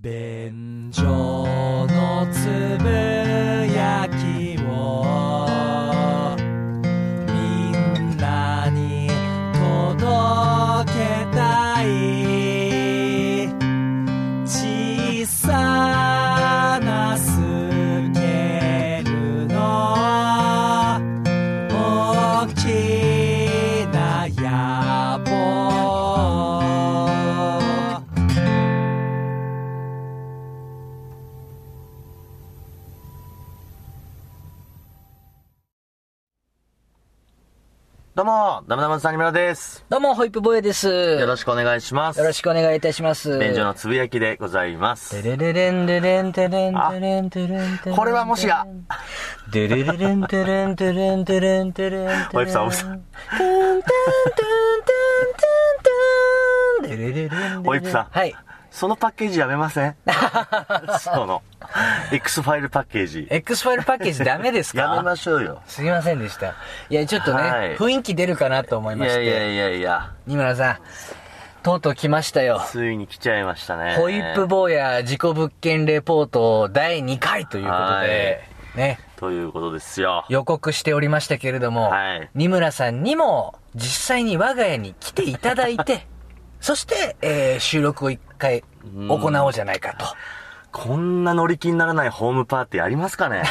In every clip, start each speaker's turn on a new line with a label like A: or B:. A: 便所のつぶやきをみんなに届けたい小さなスケールの大きな野望
B: どうも、ダムダムズ谷村です。
C: どうも、ホイップボーイです。
B: よ
C: よ
B: ろしくお願いします。
C: ろしくお願いいたします。
B: 便所のつぶやきでございます
C: テ。レレレンテレンテレンテレンテレンテレン。
B: これはもしや。
C: テレレレンテレンテレンテレンテレンテレン。
B: ホイップさんホイップさ
C: テ
B: ん
C: ンテンテンテンテンテン。テレレレンテレン。
B: ホイップさん
C: はい。
B: そのパッケージやめませ んその、X ファイルパッケージ。
C: X ファイルパッケージダメですか
B: やめましょうよ。
C: すいませんでした。いや、ちょっとね
B: はい、
C: 雰囲気出るかなと思い
B: い
C: まし
B: や
C: て。
B: いやいやいや、
C: 二村さん、とうとう来ましたよ。
B: ついに来ちゃいましたね。
C: ホイップ坊や事故物件レポート第2回ということで、ね、
B: ということですよ。
C: 予告しておりましたけれども、
B: はい
C: 二村さんにも実際に我が家に来ていただい て、そして、えー収録を一回行おうじゃないかと。
B: こんな乗り気にならないホームパーティーあります かね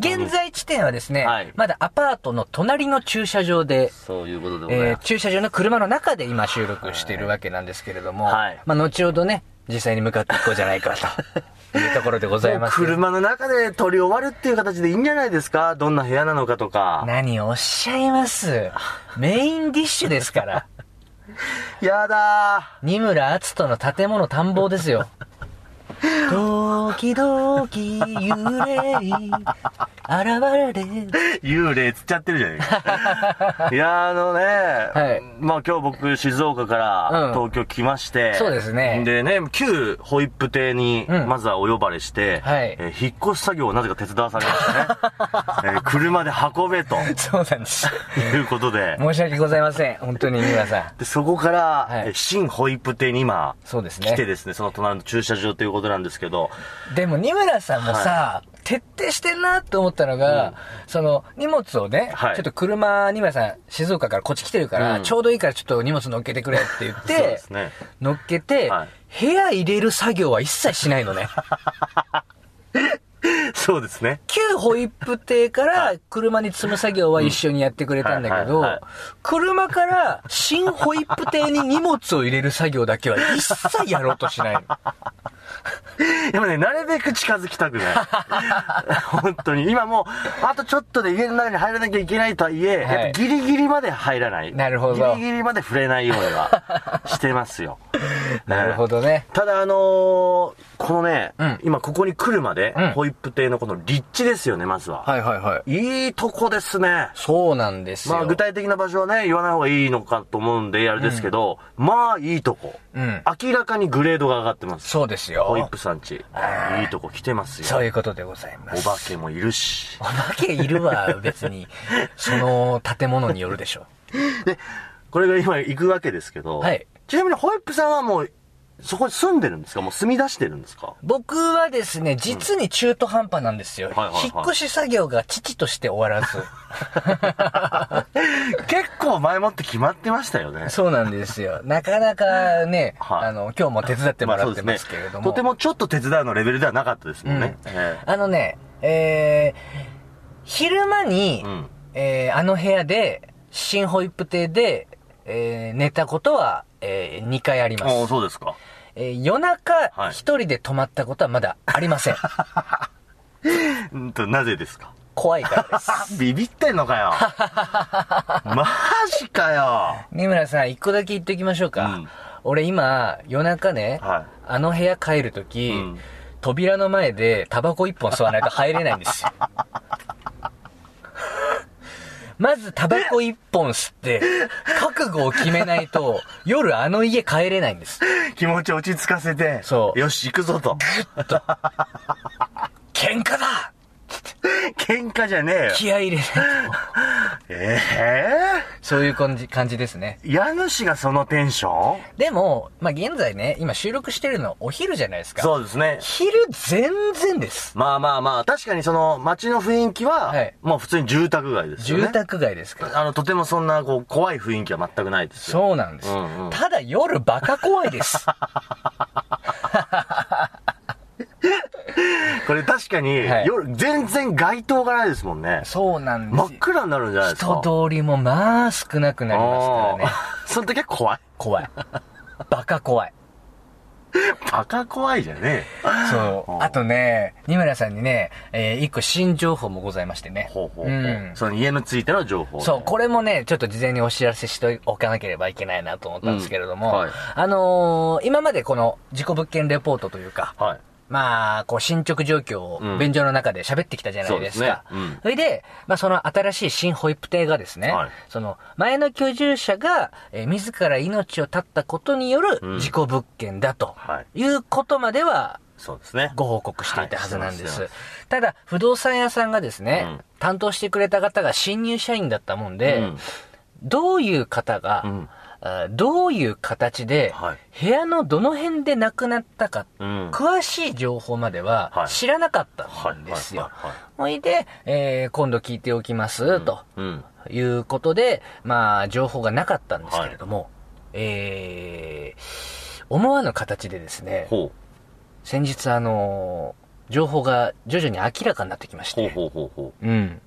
C: 現在地点はですね、
B: はい
C: まだアパートの隣の駐車場で、
B: そういうことでござい
C: え
B: ま
C: ー
B: す。
C: 駐車場の車の中で今収録しているわけなんですけれども、
B: はい
C: まあ後ほどね、実際に向かっていこうじゃないか というところでござい
B: もう
C: ますけど。
B: 車の中で撮り終わるっていう形でいいんじゃないですかどんな部屋なのかとか。
C: 何をおっしゃいます。メインディッシュですから。
B: やだ
C: 二村篤人の建物探訪です よ。時々幽霊現れる。
B: ー幽霊つっちゃってるじゃね えか。いや、あのね、
C: はい
B: まあ今日僕静岡から
C: うん
B: 東京来まして、
C: そうですね
B: でね、旧ホイップ亭に
C: うん
B: まずはお呼ばれして、
C: はい
B: えー引っ越し作業をなぜか手伝わされました ね。えー車で運べと
C: そうなんです。
B: いうことで、
C: 申し訳ございません。本当に二村さん。
B: でそこから、
C: はい
B: えー新ホイップ亭に今、
C: そうです
B: 来て
C: ね。
B: ですね、その隣の駐車場ということなんですけど、
C: でも二村さんもさ、徹底してんなと思ったのが、その荷物をね、
B: はい
C: ちょっと車、二村さん静岡からこっち来てるから、
B: うん
C: ちょうどいいからちょっと荷物乗っけてくれって言って、
B: そうですね。
C: 乗っけて、
B: はい
C: 部屋入れる作業は一切しないのね。
B: そうですね。
C: 旧ホイップ亭から車に積む作業は一緒にやってくれたんだけ
B: うん
C: ど
B: はいはいはい、
C: 車から新ホイップ亭に荷物を入れる作業だけは一切やろうとしないの。
B: でもね、なるべく近づきたく ない。本当に。今もう、あとちょっとで家の中に入らなきゃいけないとはい
C: は
B: え、
C: い
B: やっぱギリギリまで入らない。
C: なるほど
B: ギリギリまで触れないように はしてますよ。
C: なるほ
B: ど。
C: どね。
B: ただあのーこのね、
C: うん
B: 今ここに来るまで、
C: うん
B: ホイップ亭のこの立地ですよね、まずは。
C: いはいはい。
B: い、いとこですね。
C: そうなんですよ。
B: まあ具体的な場所はね、言わない方がいいのかと思うんで、あれですけど、まあいいとこ。
C: うん。
B: 明らかにグレードが上がってます。
C: そうです
B: ホイッ
C: よ
B: プ。さんち。いいとこ来てますよ。
C: そういうことでございま
B: お
C: す。
B: 化けもいるし
C: お。化けいるわ、 別に。その建物によるでしょ。
B: これが今行くわけですけど。
C: はい
B: ちなみにホイップさんはもう、そこに住んでるんですかもう住み出してるんですか
C: 僕はですね、実に中途半端なんですよ。
B: はいはいはい
C: 引っ越し作業が父として終わらず。
B: 結構前もって決まってましたよね。
C: そうなんですよ。なかなかね、
B: はい
C: あの、今日も手伝ってもらってますけれども。
B: とてもちょっと手伝うのレベルではなかったですもんね。
C: うん
B: え
C: あのね、えー、昼間に、
B: えうん。
C: えーあの部屋で、新ホイップ亭で、えー寝たことは、え2回ありま
B: おー
C: す。
B: そうですか。
C: えー夜中
B: は、い
C: 一人で泊まったことはまだありま せん。
B: うんと、なぜですか
C: 怖いからです。
B: あ ビビってんのかよ。 マジかよ。
C: 二村さん、一個だけ言っておきましょうか。
B: うん
C: 俺今、夜中ね、
B: はい
C: あの部屋帰るとき、
B: うん
C: 扉の前でタバコ一本吸わないと入れないんです よ。まずタバコ一本吸って、覚悟を決めないと、夜あの家帰れないんです。
B: 気持ち落ち着かせて。
C: そう
B: よし、行くぞと。
C: 喧嘩だ
B: 喧嘩じゃねえよ。
C: 気合い入れないと。
B: え
C: そういう感じ、感じですね。
B: え家主がそのテンション
C: でも、まあ、現在ね、今収録してるのお昼じゃないですか。
B: そうですね。
C: 昼全然です。
B: まあまあまあ、確かにその街の雰囲気は、
C: はい
B: もう普通に住宅街ですよね。
C: 住宅街ですから。
B: あの、とてもそんな、こう、怖い雰囲気は全くないですよ。
C: そうなんです。
B: うんうん
C: ただ夜バカ怖い です。
B: これ確かに、
C: はい
B: 夜、全然街灯がないですもんね。
C: そうなんで
B: 真っ
C: すよ。
B: 暗になるんじゃないですか。
C: 人通りもまあ少なくなりますからね。
B: あー その時は怖い。
C: 怖い。バカ怖い。
B: バカ怖いじゃね
C: そう。あとね、二村さんにね、えー一個新情報もございましてね
B: え。。ほうほうほう。
C: うん。
B: その家についての情報。
C: そう、これもね、ちょっと事前にお知らせしておかなければいけないなと思ったんですけれども、
B: うんはい
C: あのー今までこの事故物件レポートというか、
B: はい。
C: まあ、こう進捗状況
B: う
C: を
B: ん
C: 便所の中で喋ってきたじゃないですか。
B: そうですねうん
C: それで、まあその新しい新ホイップ艇がですね、
B: はい
C: その前の居住者が、えー自ら命を絶ったことによる
B: うん
C: 事故物件だと
B: はい
C: いうことまでは
B: そうですね。
C: ご報告していたはずなんです。
B: はい
C: ただ、不動産屋さんがですね、
B: うん
C: 担当してくれた方が新入社員だったもんで、
B: うん
C: どういう方が、
B: うん
C: あどういう形で、
B: はい
C: 部屋のどの辺で亡くなったか、
B: うん
C: 詳しい情報までは
B: はい
C: 知らなかったんですよ
B: はいはいはいはい。
C: ほいで、えー今度聞いておきます、と
B: うん。
C: いうことで、まあ、情報がなかったんですけれども、えー思わぬ形でですね、
B: ほ
C: 先日あのー情報が徐々に明らかになってきまし
B: う。ほう
C: て。
B: ほうほうほ
C: うん。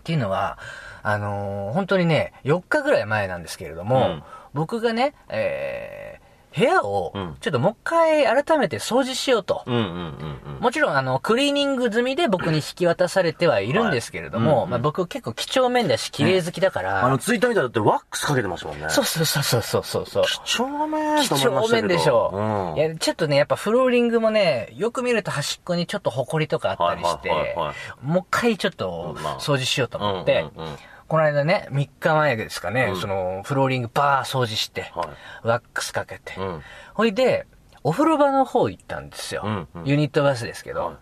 C: っていうのは、あのー本当にね、4日ぐらい前なんですけれども、
B: うん
C: 僕がね、えー部屋を
B: うん、
C: ちょっともう一回改めて掃除しようと。
B: う。うんうんうんうん。
C: もちろん、あの、クリーニング済みで僕に引き渡されてはいるんですけれども、
B: はいうんうん
C: まあ僕結構几帳面だし、綺麗好きだから、
B: あの、ツイッター見たらだってワックスかけてましたもんね。
C: そうそうそうそうそうそうそう。
B: 貴重面と
C: 几
B: 思いま
C: 帳
B: した
C: 面
B: けど。
C: でしょ、
B: うん。
C: いや、ちょっとね、やっぱフローリングもね、よく見ると端っこにちょっと埃とかあったりして、
B: はいはいはいはい
C: もう一回ちょっと
B: うんまあ
C: 掃除しようと思って、
B: うんうんうん
C: この間ね、3日前ですかね、
B: うん
C: その、フローリングバー掃除して、
B: はい
C: ワックスかけて、
B: うん
C: ほいで、お風呂場の方行ったんですよ。
B: うんうん
C: ユニットバスですけど。
B: はいはい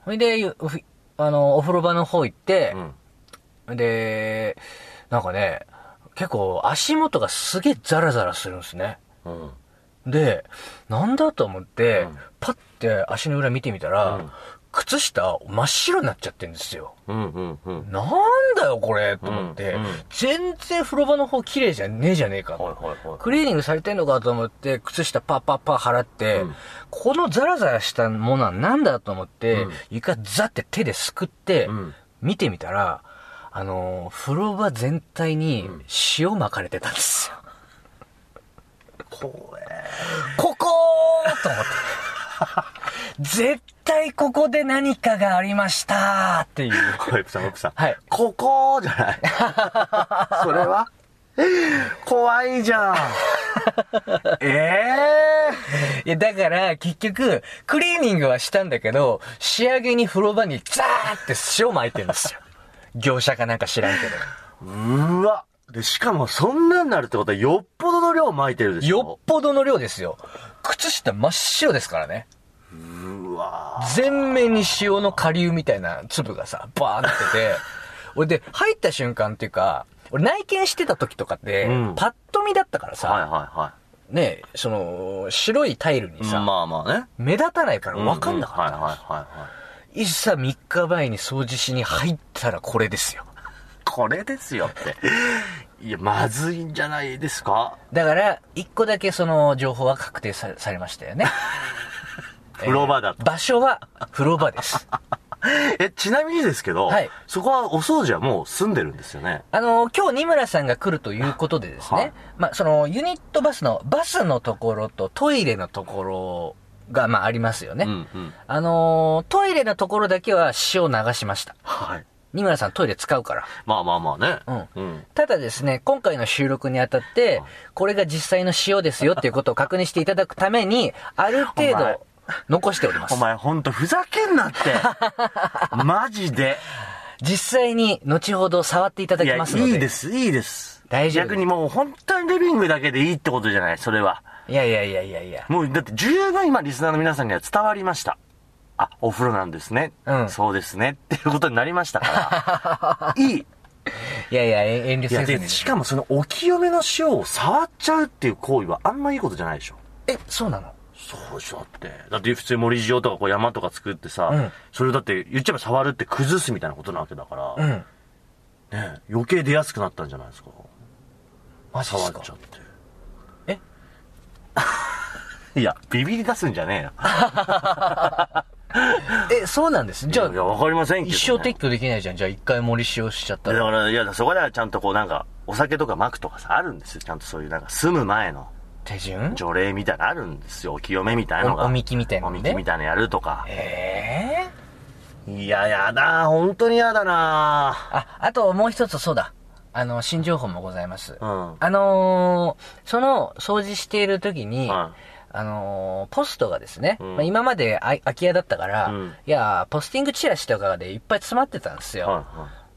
C: ほいで、ゆおふあの、お風呂場の方行って
B: う、ん
C: で、なんかね、結構足元がすげえザラザラするんですね。
B: うん
C: で、なんだと思って、
B: うん
C: パッて足の裏見てみたら、
B: うん
C: 靴下真っ白になっちゃってんですよ。
B: うんうんうん。
C: なんだよこれと思って、
B: うんうん
C: 全然風呂場の方綺麗じゃねえじゃねえかと、
B: はいはいはい。
C: クリーニングされてんのかと思って、靴下パッパッパ払って、
B: うん
C: このザラザラしたものはなんだと思って、
B: うん
C: 床ザって手ですくって、
B: うん
C: 見てみたら、あのー風呂場全体に
B: ん
C: 塩巻かれてたんですよ。
B: 怖え。
C: ここーと思 って。絶対ここで何かがありましたーっていう。
B: ホイップさん、ホイップさん。
C: はい
B: ここじゃ ない。それは怖いじ ゃん。え
C: いや、だから、結局、クリーニングはしたんだけど、仕上げに風呂場にザーって塩巻いてるんですよ。 業者かなんか知らんけ
B: えー。うわ。で、しかもそんなになるってことはよっぽどの量巻いてるで
C: ど。
B: しょ。
C: よっぽどの量ですよ。靴下真っ白ですからね。
B: うわ
C: 全面に塩の下流みたいな粒がさ、バーンって て、俺で、入った瞬間っていうか、俺内見してた時とかって、
B: うん
C: パッと見だったからさ、
B: はいはいは
C: ね、その、白いタイルに
B: い。
C: さ、
B: まあまあね。
C: 目立たないから分かんなかった。
B: ううはいはいはいはい。
C: いざ3日前に掃除しに入ったらこれですよ。
B: これですよって。 いや、まずいんじゃないですか
C: だから、1個だけその情報は確定さされましたよね。
B: 風呂場だと。
C: 場所は風呂場です。
B: え、ちなみにですけど、
C: はい
B: そこはお掃除はもう済んでるんですよね。
C: あの、今日二村さんが来るということでですね、
B: はい
C: まあ、その、ユニットバスの、バスのところとトイレのところが、まあ、ありますよね。
B: うんうん。
C: あのー、トイレのところだけは塩流しました。
B: はい。
C: 二村さんトイレ使うから。
B: まあまあまあね。。
C: うんただですね、今回の収録にあたって、これが実際の塩ですよっていうことを確認していただくために、ある程
B: お前
C: 度、残しております
B: お。前ほんとふざけんな って。マジで。
C: 実際に、後ほど触っていただ
B: い
C: き
B: や、
C: ますので。
B: いいです、いいです。
C: 大丈夫
B: 逆にもう本当にリビングだけでいいってことじゃない、それは。
C: いやいやいやいやいや。
B: もうだって十分今リスナーの皆さんには伝わりました。あ、お風呂なんですね。
C: うん
B: そうですね。っていうことになりました から。いい。
C: いやいや、え遠慮
B: いや、
C: せず
B: で、
C: に。
B: しかもそのお清めの塩を触っちゃうっていう行為はあんまいいことじゃないでしょ。
C: え、そうなの
B: そうでしょ、だって。だって普通に森塩とかこう山とか作ってさ、
C: うん
B: それをだって言っちゃえば触るって崩すみたいなことなわけだから、
C: う
B: ね
C: ん。
B: え余計出やすくなったんじゃないですか。
C: マジっ
B: 触
C: す
B: っ
C: か
B: ちゃっ
C: え
B: て。え いや、ビビり出すんじゃねえよ。
C: え、そうなんです。じゃあ
B: い、や、わかりませんけど、ね。
C: 一生撤去できないじゃん。じゃあ一回森塩しちゃった
B: だ
C: ら。
B: から、いや、そこではちゃんとこうなんか、お酒とか巻くとかさ、あるんですよ。ちゃんとそういうなんか、住む前の
C: 手順
B: 除霊みたいなのあるんですよ。お清めみたいなのが。
C: おおみきみたいな
B: お
C: のね
B: みきみたいなのやるとか。
C: ええ
B: いや、やだ、本当にやだな
C: あ、あともう一つそうだ。あの、新情報もございます。
B: うん。
C: あのーその、掃除している時に、
B: は
C: あのーポストがですね、
B: うん
C: まあ、今まであ空き家だったから、
B: うん
C: いやー、ポスティングチラシとかでいっぱい詰まってたんです
B: い。
C: よ。
B: は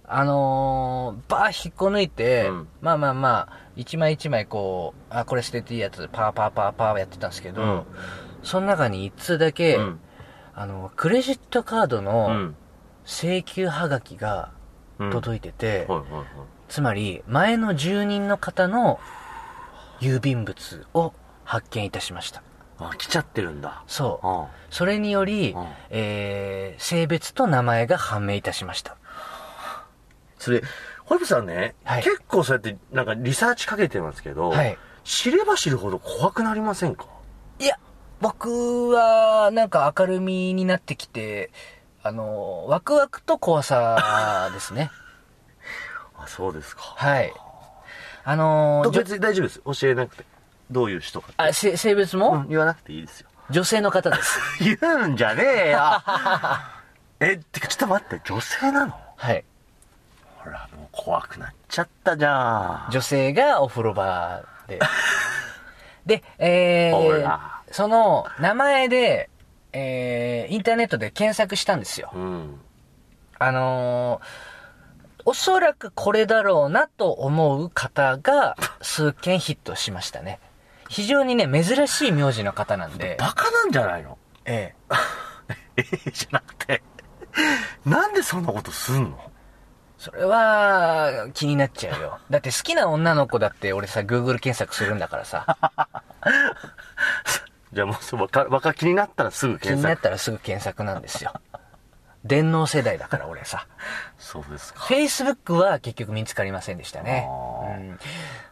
C: あのー、バー引っこ抜いて、
B: うん
C: まあまあまあ、一枚一枚こう、あ、これ捨てていいやつ、パーパーパーパーやってたんですけ
B: い
C: ど、
B: はい。
C: その中に一通だけ、
B: うん。
C: あの、クレジットカード
B: う
C: の
B: ん。
C: 請求はがきが
B: うん。
C: 届いてて、
B: はいはいはい。
C: つまり、前の住人の方の郵便物を発見いたしました。
B: あ、来ちゃってるんだ。
C: そう
B: う。ん。
C: それにより、
B: うん
C: えー、性別と名前が判明いたしました。
B: それ、ホイブさんね、
C: はい
B: 結構そうやってなんかリサーチかけてますけど、
C: はい
B: 知れば知るほど怖くなりませんか
C: いや、僕は、なんか明るみになってきて、あの、ワクワクと怖さです ね。
B: あ、そうですか。
C: はい。あの、
B: と
C: じょ
B: 別に大丈夫です。教えなくて。どういう人か。
C: あせ性別
B: う
C: も
B: ん、言わなくていいですよ。
C: 女性の方です。
B: 言うんじゃねえよ え、てかちょっと待って、女性なの
C: はい。
B: ほら、もう怖くなっちゃったじゃん。
C: 女性がお風呂場で。で、え
B: ほ
C: ー
B: ら、
C: その、名前で、えー、インターネットで検索したんですよ。
B: うん。
C: あのーおそらくこれだろうなと思う方が数件ヒットしましたね。非常にね、珍しい名字の方なんで。
B: バカなんじゃないの
C: ええ。
B: ええじゃなくて。 なんでそんなことすんの
C: それは、気になっちゃうよ。だって好きな女の子だって俺さ、Google 検索するんだからさ、
B: じゃあもうそう、わか、わか気になったらすぐ
C: 気に
B: 検
C: なっ
B: 索。
C: たらすぐ検索なんですよ。電脳世代だから俺 さ。
B: そうですか。
C: Facebook は結局見つかりませんでしたね。
B: あー
C: うん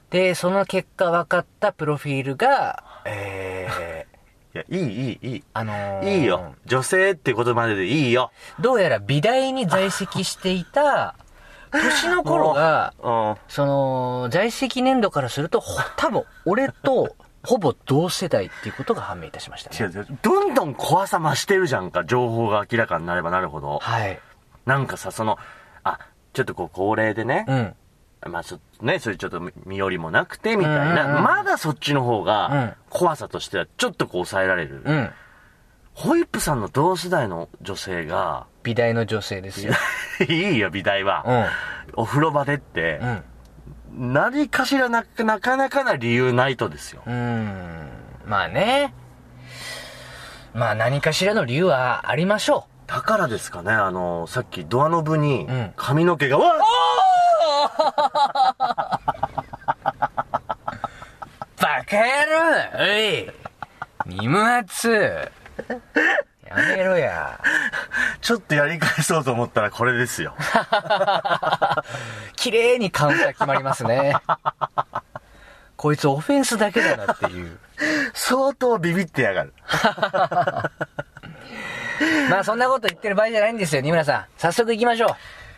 C: で、その結果分かったプロフィールが、え ー、
B: いや、いい、いい、いい。
C: あのー
B: いいよ。女性ってことまででいいよ。
C: どうやら美大に在籍してい た、年の頃が、
B: うん。
C: その、在籍年度からすると、 ほ多分、俺と、ほぼ同世代っていうことが判明いたしました
B: 違う
C: ね。
B: 違う。どんどん怖さ増してるじゃんか。情報が明らかになればなるほど。
C: はい。
B: なんかさ、その、あ、ちょっとこう、高齢でね
C: う。ん。
B: まあちょっとね、それちょっと身寄りもなくて、みたいな、
C: うんうんうん
B: まだそっちの方
C: うん
B: が、怖さとしてはちょっとこう抑えられる。
C: うん。
B: ホイップさんの同世代の女性が、
C: 美大の女性ですよ。
B: いいよ、美大
C: う
B: は。
C: ん。
B: お風呂場でって
C: う、ん。
B: 何かしらな、なかなかな理由ないとですよ。
C: うーん。まあね。まあ何かしらの理由はありましょ
B: だからですかね、あの、さっきドアノブに
C: うん
B: 髪の毛が、うわっ
C: う。バカ野郎おい耳松やめろや。
B: ちょっとやり返そうと思ったらこれですよ。
C: 綺麗にカウンター決まりますね。こいつオフェンスだけだなっていう。
B: 相当ビビってやがる。
C: まあそんなこと言ってる場合じゃないんですよ、二村さん。早速行きましょう。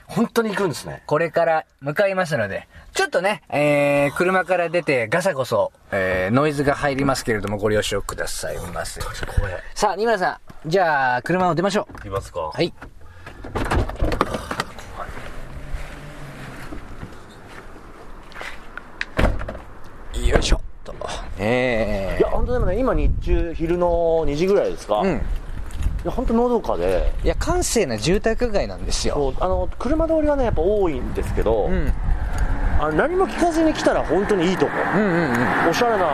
B: 本当に行くんですね。
C: これから向かいますので。ちょっとね、えー、車から出てガサゴソ、えー、ノイズが入りますけれどもご了承くださいませ。
B: 怖い。
C: さあ、二村さん。じゃあ、車を出ましょう。
B: 行きますか。
C: はい。よいしょっと。え
B: いや、本当でもね、今日中、昼の2時ぐらいですか、
C: ー、う
B: い
C: ん。
B: や、本当のどかで、
C: いや、閑静な住宅街なんですよ。
B: そうあの車通りはね、やっぱ多いんですけど、
C: うん。うん
B: あの何も聞かずに来たら本当にいいとこ、
C: うんうん。
B: おしゃれな、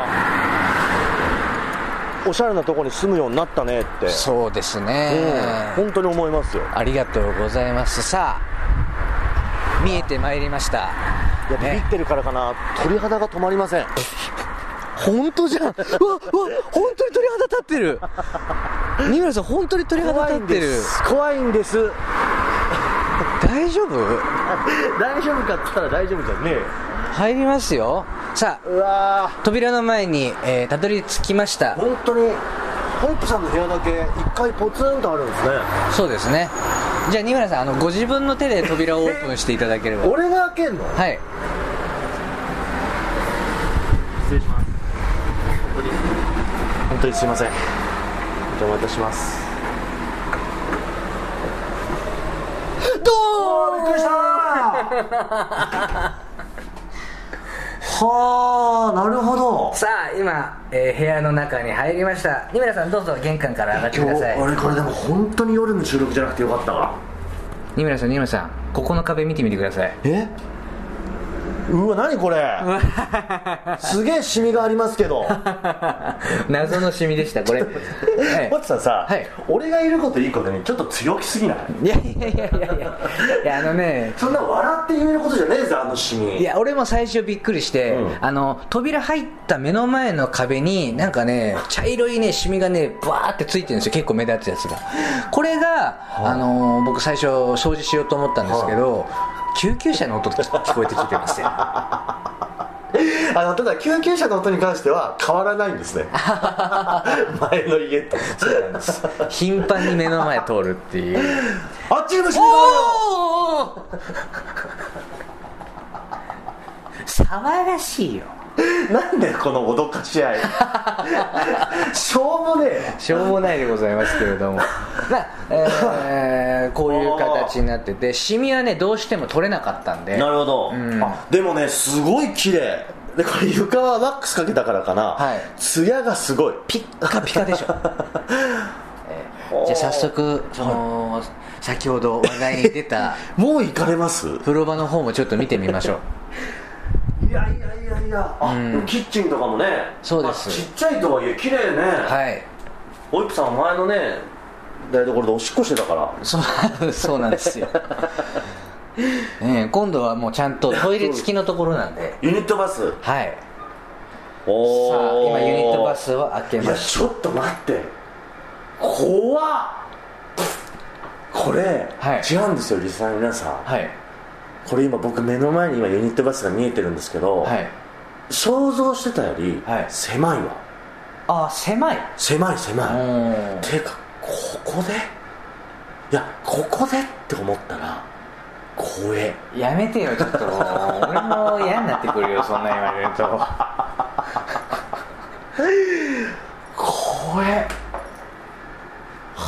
B: おしゃれなとこに住むようになったねって。
C: そうです
B: うん。
C: ね。
B: 本当に思いますよ。
C: ありがとうございます。さあ、見えてまいりました。
B: いや、ビビ
C: ね
B: っ、てるからかな、鳥肌が止まりません。
C: 本当じゃん。うわ、うわ、本当に鳥肌立ってる。三村さん、本当に鳥肌
B: 怖い
C: 立っ
B: ん
C: て
B: で
C: る。
B: す。怖いんです。
C: 大丈夫
B: 大丈夫かって言ったら大丈夫じゃねえよ。
C: 入りますよ。さあ、
B: うわ
C: 扉の前に、えーたどり着きました
B: ー。本当に、ホイップさんの部屋だけ一回ポツンとあるんですね。
C: そうですね。じゃあ、二村さん、あの、ご自分の手で扉をオープンしていただければ。
B: 俺が開けんの
C: はい。
B: 失礼します本当にすいませんお邪魔いたします
C: ど
B: びっくりしたはあなるほど
C: さあ、今、えー部屋の中に入りました。二村さん、どうぞ玄関から上がってください。
B: 俺これでも本当に夜の収録じゃなくてよかったわ
C: 二村さん、二村さん、ここの壁見てみてくださ い。
B: えうわ何こ れすげえシミがありますけど
C: 謎のシミでした、 これ。はい
B: ホッチさんさ、
C: はい
B: 俺がいることいいことにちょっと強気すぎない
C: いやいやいやいやいや、いやあのね、
B: そんな笑って言えることじゃねえぞあのシミ
C: いや俺も最初びっくりして、
B: うん
C: あの扉入った目の前の壁になんかね茶色いねシミがねバーってついてるんですよ結構目立つやつがこれが、あの僕最初掃除しようと思ったんですけど、救急車の音が聞こえてきてますよ
B: あのただ救急車の音に関しては変わらない んですね前の家と
C: そうなんです頻繁に目の前通るっていう
B: あっちにもシミが
C: おお騒がしいよ
B: あるよなんでこの脅かし合いしょうもねえ
C: しょうもないでございますけれ ども、まあえーこういう形になっててシミはねどうしても取れなかったんで
B: なるほど、
C: うん
B: あでもねすごい綺麗でこれ床はワックスかけたからかな、
C: はい
B: ツヤがすごい
C: ピッカピカで しょ、えーじゃあ早速その先ほど話題に出た
B: もう行かれます
C: 風呂場の方もちょっと見てみましょう
B: いやいやいやいやあ、でもキッチンとかもね
C: そうです
B: あちっちゃいとはいえ綺麗ね、
C: はい
B: ホイップさんは前のね台所でおしっこしてたから
C: そうそうなんです よ、ねえ今度はもうちゃんとトイレ付きのところなんで
B: ユニットバス
C: はい
B: お
C: さあ
B: ー
C: 今ユニットバスを開け
B: い
C: ま
B: や
C: し
B: ちょっと待って怖っこれ、
C: はい
B: 違うんですよリスナーの皆さん、
C: たはい
B: これ今僕目の前に今ユニットバスが見えてるんですけど、
C: はい
B: 想像してたより
C: はい
B: 狭いわ
C: ああ狭い
B: 狭い狭
C: う
B: い、
C: ん
B: ていうかここでいやここでって思ったら怖え
C: やめてよちょっと俺も嫌になってくるよそんな言われると
B: 怖えは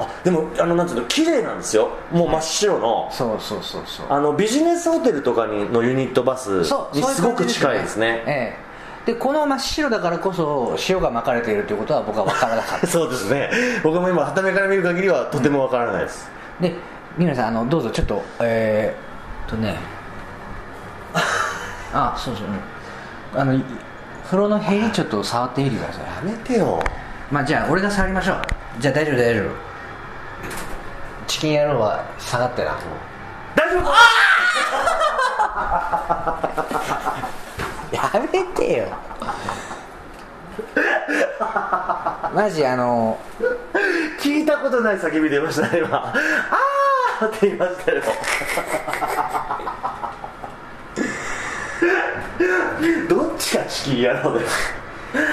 B: あでもあのなんていうの綺麗なんですよもう真っ白の、
C: そうそうそうそう
B: あのビジネスホテルとかにのユニットバス
C: そう
B: に
C: そう
B: す
C: う
B: ご
C: 感
B: く
C: じ
B: 近いですね
C: ええでこの真っ白だからこそ塩がまかれているということは僕は分からなかっ
B: そうですね僕も今はためから見る限りはとてもわからないです、
C: た で三村さんあのどうぞちょっとえー、っとねあそうそう、うん、あの風呂の塀にちょっと触ってみてください
B: やめてよ
C: まあじゃあ俺が触りましょうじゃあ大丈夫大丈夫チキン野郎は下がってな
B: 大丈夫
C: やめてよマジあの
B: 聞いたことない叫び出ましたね今 ああって言いました よどっちがチキン野郎だよ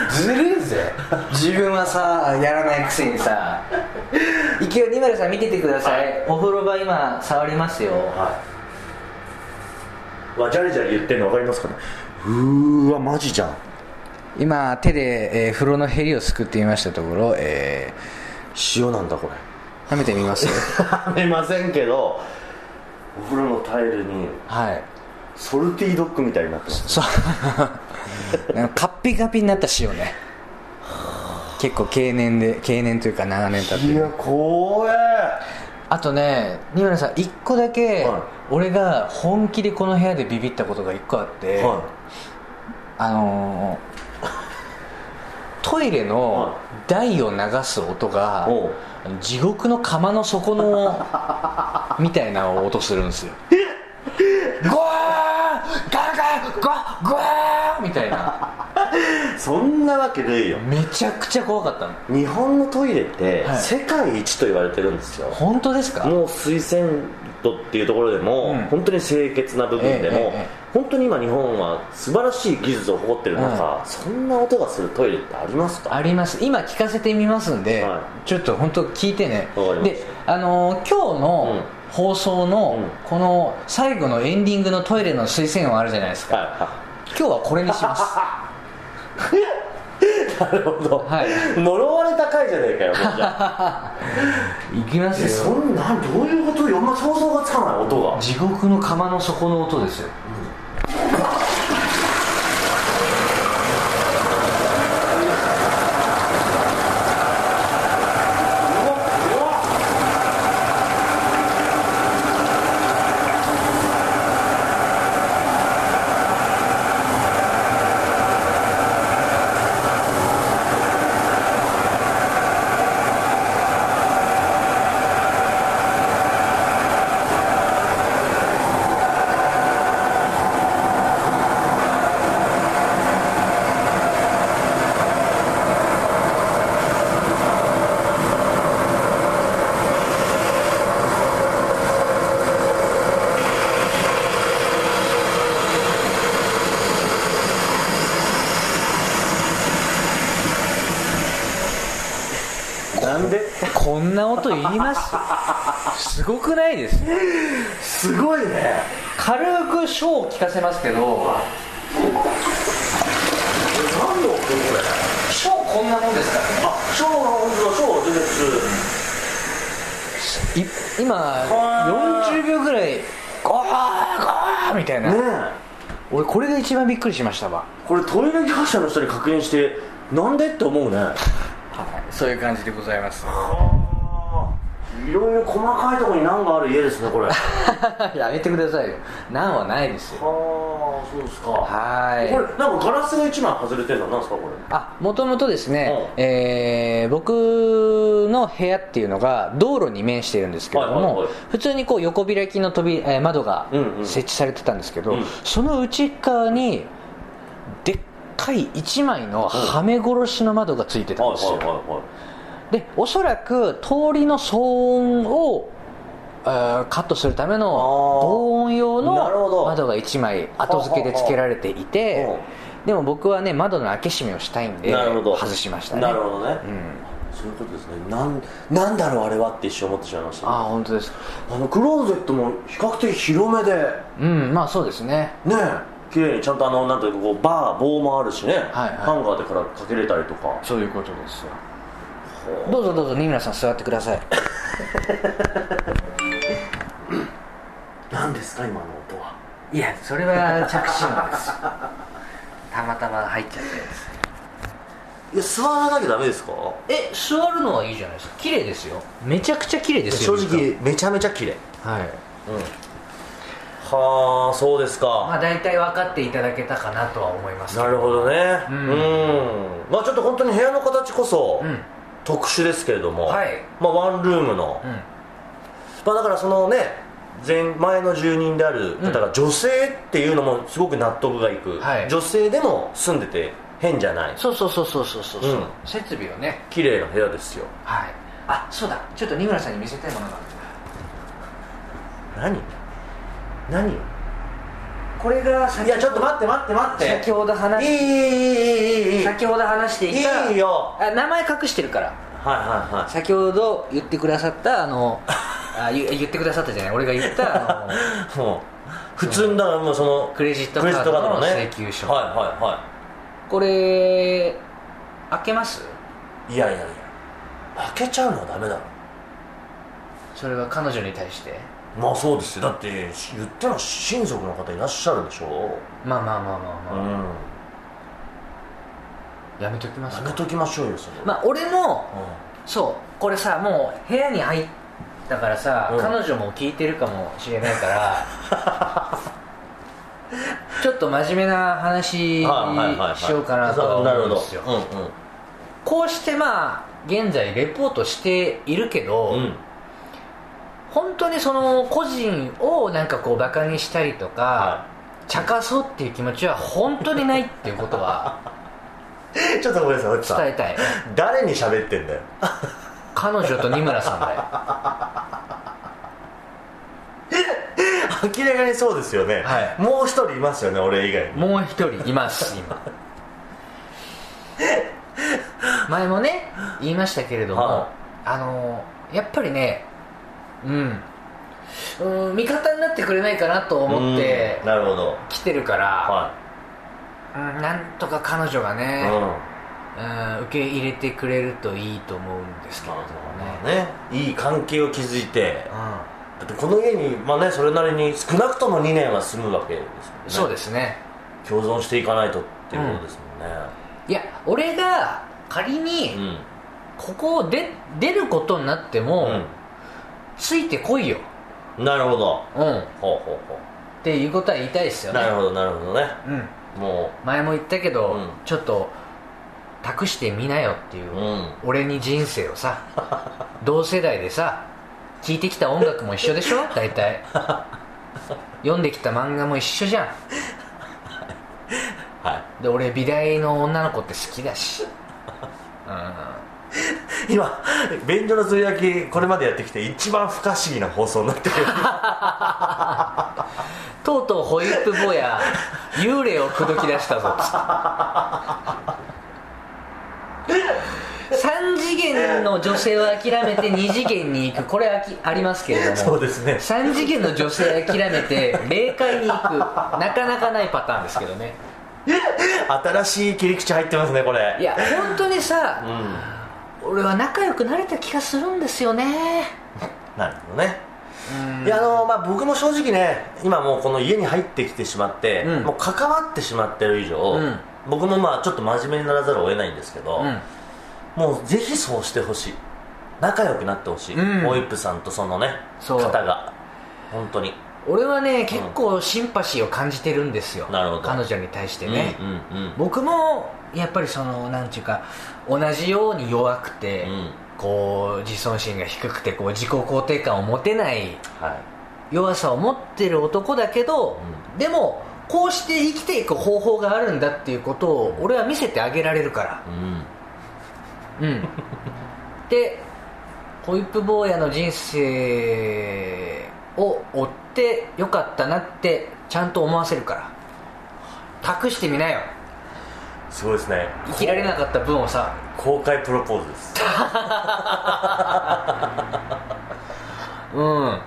C: ずるいぜ自分はさやらないくせにさ勢い二丸さん見ててください、お風呂場今触りますよ
B: はいわジャリジャリ言ってるの分かりますかねうーわマジじゃん
C: 今手で、えー風呂のへりをすくってみましたところ、え
B: 塩なんだこれ
C: ー、舐めてみます
B: 食べませんけどお風呂のタイルに
C: はい
B: ソルティードッグみたいになってます
C: そうなんかカッピカピになった塩ね結構経年で経年というか長年経って
B: いや怖え
C: あとね二村さん一個だけ、
B: はい
C: 俺が本気でこの部屋でビビったことが一個あって、
B: は
C: あのートイレの台を流す音が
B: おう
C: 地獄の釜の底のみたいな音するんですよゴワーガガゴワゴワーみたいな
B: そんなわけでいいよ
C: めちゃくちゃ怖かったの
B: 日本のトイレって
C: はい
B: 世界一と言われてるんですよ、
C: 本当ですか
B: もう水洗度っていうところでも、
C: うん
B: 本当に清潔な部分でも、
C: ええええ
B: 本当に今日本は素晴らしい技術を誇ってる中、
C: は
B: そんな音がするトイレってありますか
C: あります今聞かせてみますんで、
B: は
C: ちょっと本当聞いてね
B: わかりました
C: であのー今日
B: うん
C: の放送の、
B: うん
C: この最後のエンディングのトイレの推薦音あるじゃないですか
B: は
C: 今日はこれにします
B: い はいなるほど、
C: はい
B: 呪われた回じゃねえかよもうじゃあ
C: いきます
B: えそ
C: よ
B: んなんどういうことよま想像がつかない音が
C: 地獄の釜の底の音ですよ
B: なんで
C: こんな音いり ますすごくないです
B: すごいね
C: 軽くショーを聞かせますけど
B: 何の音これ
C: ショーこんなもんですからね
B: あショーの本当だショー出て
C: い今
B: ー
C: 40秒ぐらいゴーゴーみたいな、
B: くるねえ
C: 俺これが一番びっくりしましたわ
B: これトイレ業者の人に確認してなんでって思うね
C: はいそういう感じでございます
B: いろいろ細かいところに難がある家ですねこれあ あ
C: やめてくださいよ難はないですよ
B: そうですか
C: はーい
B: これなんかガラスが一枚外れてるのなんですかこれ
C: あもともとですね、
B: うん
C: えー僕の部屋っていうのが道路に面してるんですけれども、
B: はいはいはい
C: 普通にこう横開きの扉、えー窓が
B: うんうん
C: 設置されてたんですけど、
B: うん
C: その内側にでっかい1枚のはめ殺しの窓がついてたんですよ、
B: は
C: でおそらく通りの騒音をえーカットするための
B: あー
C: 防音用
B: なるほ
C: の
B: ど
C: 窓が1枚後付けで付けられていて
B: はあはあは
C: でも僕はね窓の開け閉めをしたいんで
B: なるほど
C: 外しましたね
B: なるほどね、
C: うん
B: そういうことですねなんなんだろうあれはって一瞬思ってしまいました
C: ああ本当です
B: あのクローゼットも比較的広めで
C: うんまあそうですね
B: ねえ綺麗にちゃんとあのなんていうかこうバー棒もあるしね、
C: はい
B: ハンガーでからかけれたりとか
C: そういうことですよどうぞどうぞ新村さん座ってくだ さい
B: 何ですか今の音はい
C: やそれは着信音です たまたま入っちゃったやつ
B: いや座らなきゃダメですか
C: え座るのはいいじゃないですか綺麗ですよめちゃくちゃ綺麗です
B: 正
C: よ
B: 直めちゃめちゃ綺麗
C: はい
B: はあそうですか、
C: まあ大体分かっていただけたかなとは思いますけ
B: なるほどねうんんまあちょっと本当に部屋の形こそ、
C: うん
B: 特殊ですけれども、
C: はい
B: まあ、ワンルームの、
C: うん
B: まあ、だからそのね前前の住人である方が女性っていうのもすごく納得がいく、
C: はい
B: 女性でも住んでて変じゃない
C: そうそうそうそうそうそう、う
B: うん
C: 設備をね
B: 綺麗な部屋ですよ
C: はいあそうだちょっと新村さんに見せたいものがある
B: 何何
C: これが先
B: いやちょっと待って待って待って
C: 先ほど話
B: いいいいいいいいいいいい
C: 先ほど話していた
B: いいよ
C: あ名前隠してるから
B: はいはいはい
C: 先ほど言ってくださったあ のあ言言ってくださったじゃない俺が言った あの
B: もう普通にだからもうその
C: クレジットカードの
B: クレジッね
C: 請求書
B: はいはい
C: これ開けます
B: はいいやいやいや開けちゃうのはダメだろ
C: それは彼女に対して
B: まあそうですよだって言っても親族の方いらっしゃるでしょ
C: まあまあまあまあ
B: う
C: まあ、
B: ん
C: やめときます
B: や
C: か
B: めときましょうよそれ
C: まあ俺も
B: う
C: そうこれさもう部屋に入ったからさ、
B: うん
C: 彼女も聞いてるかもしれないから ちょっと真面目な話
B: んはいはいはいはい
C: しようかなとは思うんですよ
B: なるほどうんうん
C: こうしてまあ現在レポートしているけど、
B: うん
C: 本当にその個人をなんかこうバカにしたりとか、
B: は
C: 茶化そうっていう気持ちは本当にないっていうことは
B: ちょっとごめんなさい落ちさ
C: 伝え
B: ん
C: た い
B: 誰に喋ってんだよ
C: 彼女と二村さんだよ
B: 明らかにそうですよね、
C: はい
B: もう一人いますよね俺以外に
C: もう一人い ます今前もね言いましたけれども、
B: は
C: あのやっぱりねうんうん味方になってくれないかなと思って
B: うんなるほど
C: 来てるから、
B: は
C: うんなんとか彼女が
B: い、
C: ね、
B: うん
C: うん受け入れてくれるといいと思うんですけれども
B: まあ
C: ね
B: ねいい関係を築いてだってこの家にまあねそれなりに少なくとも2年は住むわけですもんね
C: うん、そうですね
B: 共存していかないとっていうことですもんね
C: いや俺が仮
B: う
C: に
B: ん
C: ここを出出ることになっても、ついてこいよ、
B: うんなるほど
C: うん、っ
B: ほうほうほ
C: ていうことは言いたいですよ
B: う
C: ね
B: なるほどなるほどね
C: うん、
B: も
C: 前も言ったけど、
B: うん
C: ちょっと託してみなよっていう、
B: ううん
C: 俺に人生を さ同世代でさ聴いてきた音楽も一緒でしょ大 体読んできた漫画も一緒じゃん
B: は
C: で俺美大の女の子って好きだし、う
B: い今便所のつぶやきこれまでやってきて一番不可思議な放送になってる
C: ん、とうとうホイップ坊や幽霊を口説き出したぞ3次元の女性を諦めて2次元に行くこれあきありますけれども
B: そうですね
C: 3次元の女性諦めて霊界に行くなかなかないパターンですけどね
B: 新しい切り口入ってますねこれ
C: いや本当に
B: う
C: さ、
B: ん
C: 俺は仲良くなれた気がするんですよね
B: なるほどね
C: うん
B: いやあのまあ、僕も正直ね今もうこの家に入ってきてしまって、
C: うん
B: もう関わってしまってる以上、
C: うん
B: 僕もまあちょっと真面目にならざるを得ないんですけど、
C: うん
B: もうぜひそうしてほしい仲良くなってほしい、
C: うん
B: オイプさんとそのね
C: そ
B: 方
C: う
B: が本当に
C: 俺はね結構シンパシーを感じてるんですよ、
B: なるほど
C: 彼女に対してね、
B: うんうん
C: 僕もやっぱりそのなんていうか同じように弱くて、
B: うん
C: こう自尊心が低くてこう自己肯定感を持てない
B: はい
C: 弱さを持ってる男だけど、でもこうして生きていく方法があるんだっていうことを俺は見せてあげられるから
B: うん
C: うんでホイップ坊やの人生を追ってよかったなってちゃんと思わせるから託してみなよ
B: すごいですね
C: 生きられなかった分をさ
B: 公開プロポーズです
C: うん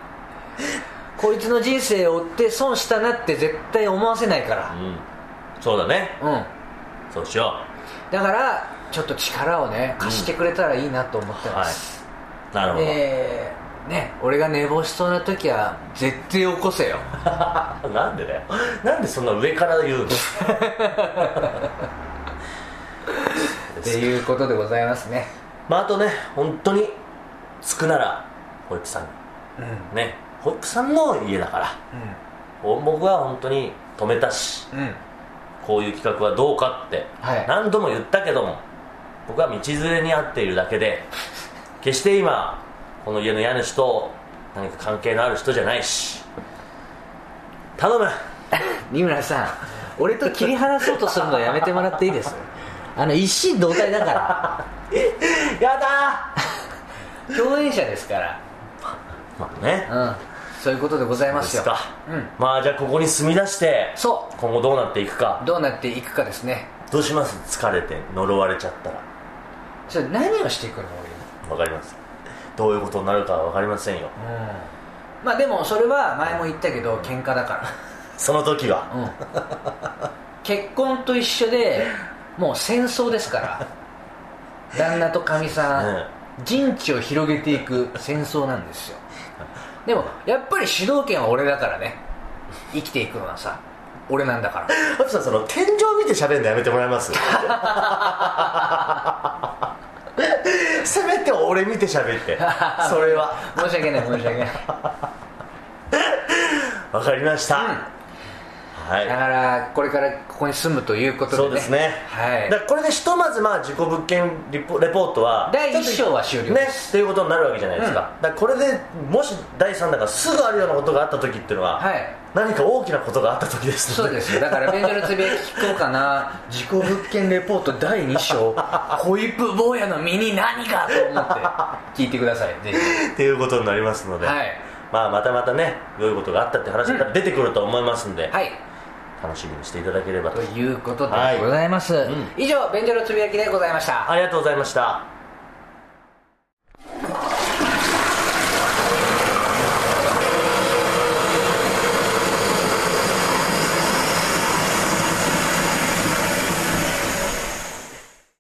C: こいつの人生を追って損したなって絶対思わせないか
B: う
C: ら
B: んそうだね
C: うん
B: そうしよ
C: だからちょっと力をね貸してくれたらいいなと思って
B: う
C: ま
B: はい
C: す、
B: なるほど、
C: でね俺が寝坊しそうな時は絶対起こせよ
B: なんでだよなんでそんな上から言うの
C: っていうことでございますね
B: まああとね本当に着くなら保育さん
C: うんうん
B: ね保育さんの家だからお僕は本当に止めたし
C: うん
B: こういう企画はどうかって
C: はい
B: 何度も言ったけども、僕は道連れに会っているだけで決して今この家の家主と何か関係のある人じゃないし頼む
C: 三村さん俺と切り離そうとするのやめてもらっていいですあの一心同体だから
B: やだ
C: 共演者ですから
B: ーまあね
C: うんそういうことでございますよ
B: ですか
C: うん
B: まあじゃあここに住み出して
C: そ
B: 今後どうなっていく
C: う
B: か
C: どうなっていくかですね
B: どうします疲れて呪われちゃったら
C: ちょっと何をしていくの俺
B: わかりますどういうことになるかはわかりません
C: う
B: よ
C: んまあでもそれは前も言ったけど喧嘩だか
B: その時は
C: ら、うん、結婚と一緒でもう戦争ですから旦那とかみさん、陣地を広げていく戦争なんですよでもやっぱり主導権は俺だからね生きていくのはさ俺なんだから
B: あとさその天井見て喋るのやめてもらえます せめて俺見て喋ってそれは
C: 申し訳ない申し訳ない
B: わかりました、
C: うん
B: はい
C: だからこれからここに住むということで、ね、
B: そうですね、
C: はい
B: だからこれでひとまずまあ事故物件リポレポートは
C: 第一
B: ちょっと
C: 章は終了
B: ねっていうことになるわけじゃないですか、だからこれでもし第3弾がすぐあるようなことがあった時っていうのは、
C: はい
B: 何か大きなことがあった時ですね
C: そうですよだから便所のつぶやき聞こうかな事故物件レポート第2章ホイップ坊やの身に何かと思って聞いてくださいぜ
B: っていうことになりますの
C: ひ
B: で、
C: はい
B: まあ、またまたね良いことがあったって話が出てくると思いますんで、
C: はい
B: 楽しみにしていただければと
C: ということでございます、以上便所のつぶやきでございました
B: ありがとうございました